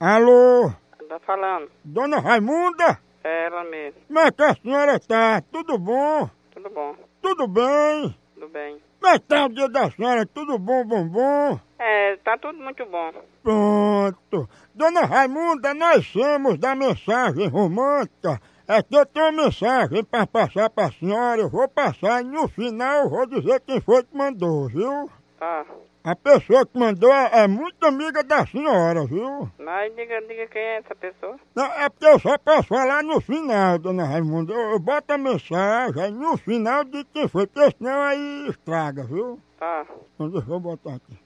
Alô, Tá falando. dona Raimunda? É ela mesmo. Como é que a senhora tá? Tudo bom? Tudo bom. Tudo bem? Tudo bem. Como é que tá o dia da senhora? Tudo bom, bom, bom? É, tá tudo muito bom. Pronto. Dona Raimunda, nós somos da mensagem romântica. É que eu tenho uma mensagem para passar para a senhora. Eu vou passar e no final eu vou dizer quem foi que mandou, viu? Tá. A pessoa que mandou é, é muito amiga da senhora, viu? Mas diga, diga quem é essa pessoa. Não, é porque eu só posso falar no final, dona Raimunda. Eu, eu boto a mensagem aí no final de quem foi, porque senão aí estraga, viu? Tá. Então deixa eu botar aqui.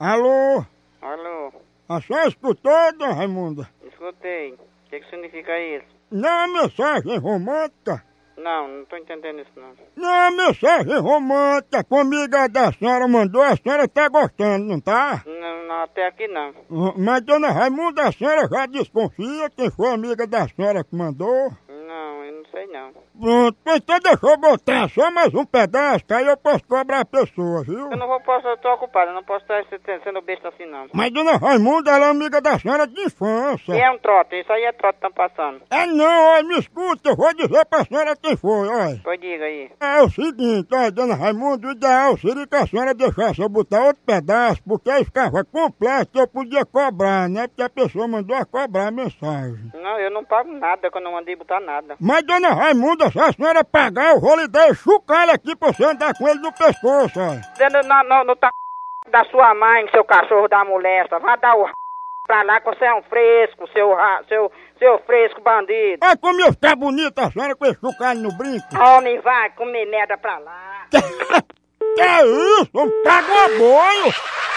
Alô? Alô. A senhora escutou, dona Raimunda? Escutei. O que, que significa isso? Não é uma mensagem romântica? Não, não tô entendendo isso não. Não é uma mensagem romântica. A amiga da senhora mandou, a senhora tá gostando, não tá? Não, não, até aqui não. Mas dona Raimunda, a senhora já desconfia quem foi a amiga da senhora que mandou? Não, eu não sei não. Pronto, pois então deixa eu botar só mais um pedaço, que aí eu posso cobrar a pessoa, viu? Eu não vou, posso, eu tô ocupado, eu não posso estar se- sendo besta assim não. Mas dona Raimunda, ela é amiga da senhora de infância. E é um trote, isso aí é trote que estão passando. É não, olha, me escuta, eu vou dizer pra senhora quem foi, olha. Pois diga aí. É o seguinte, olha, dona Raimundo, o ideal seria que a senhora deixasse eu botar outro pedaço, porque aí ficava completo, eu podia cobrar, né? Porque a pessoa mandou cobrar a mensagem. Não, eu não pago nada quando eu mandei botar nada. Mas, dona Raimunda, se a senhora pagar, eu vou lhe dar esse chucalho aqui pra você andar com ele no pescoço, olha. Dando no, no, no ta- tá da sua mãe, seu cachorro da molesta. Vai dar o r... pra lá que você é um fresco, seu, ra- seu, seu fresco bandido. Olha É como eu ficar bonita a senhora com esse chucalho no brinco. Homem, vai comer merda pra lá. que isso? Não pega uma Tá boia!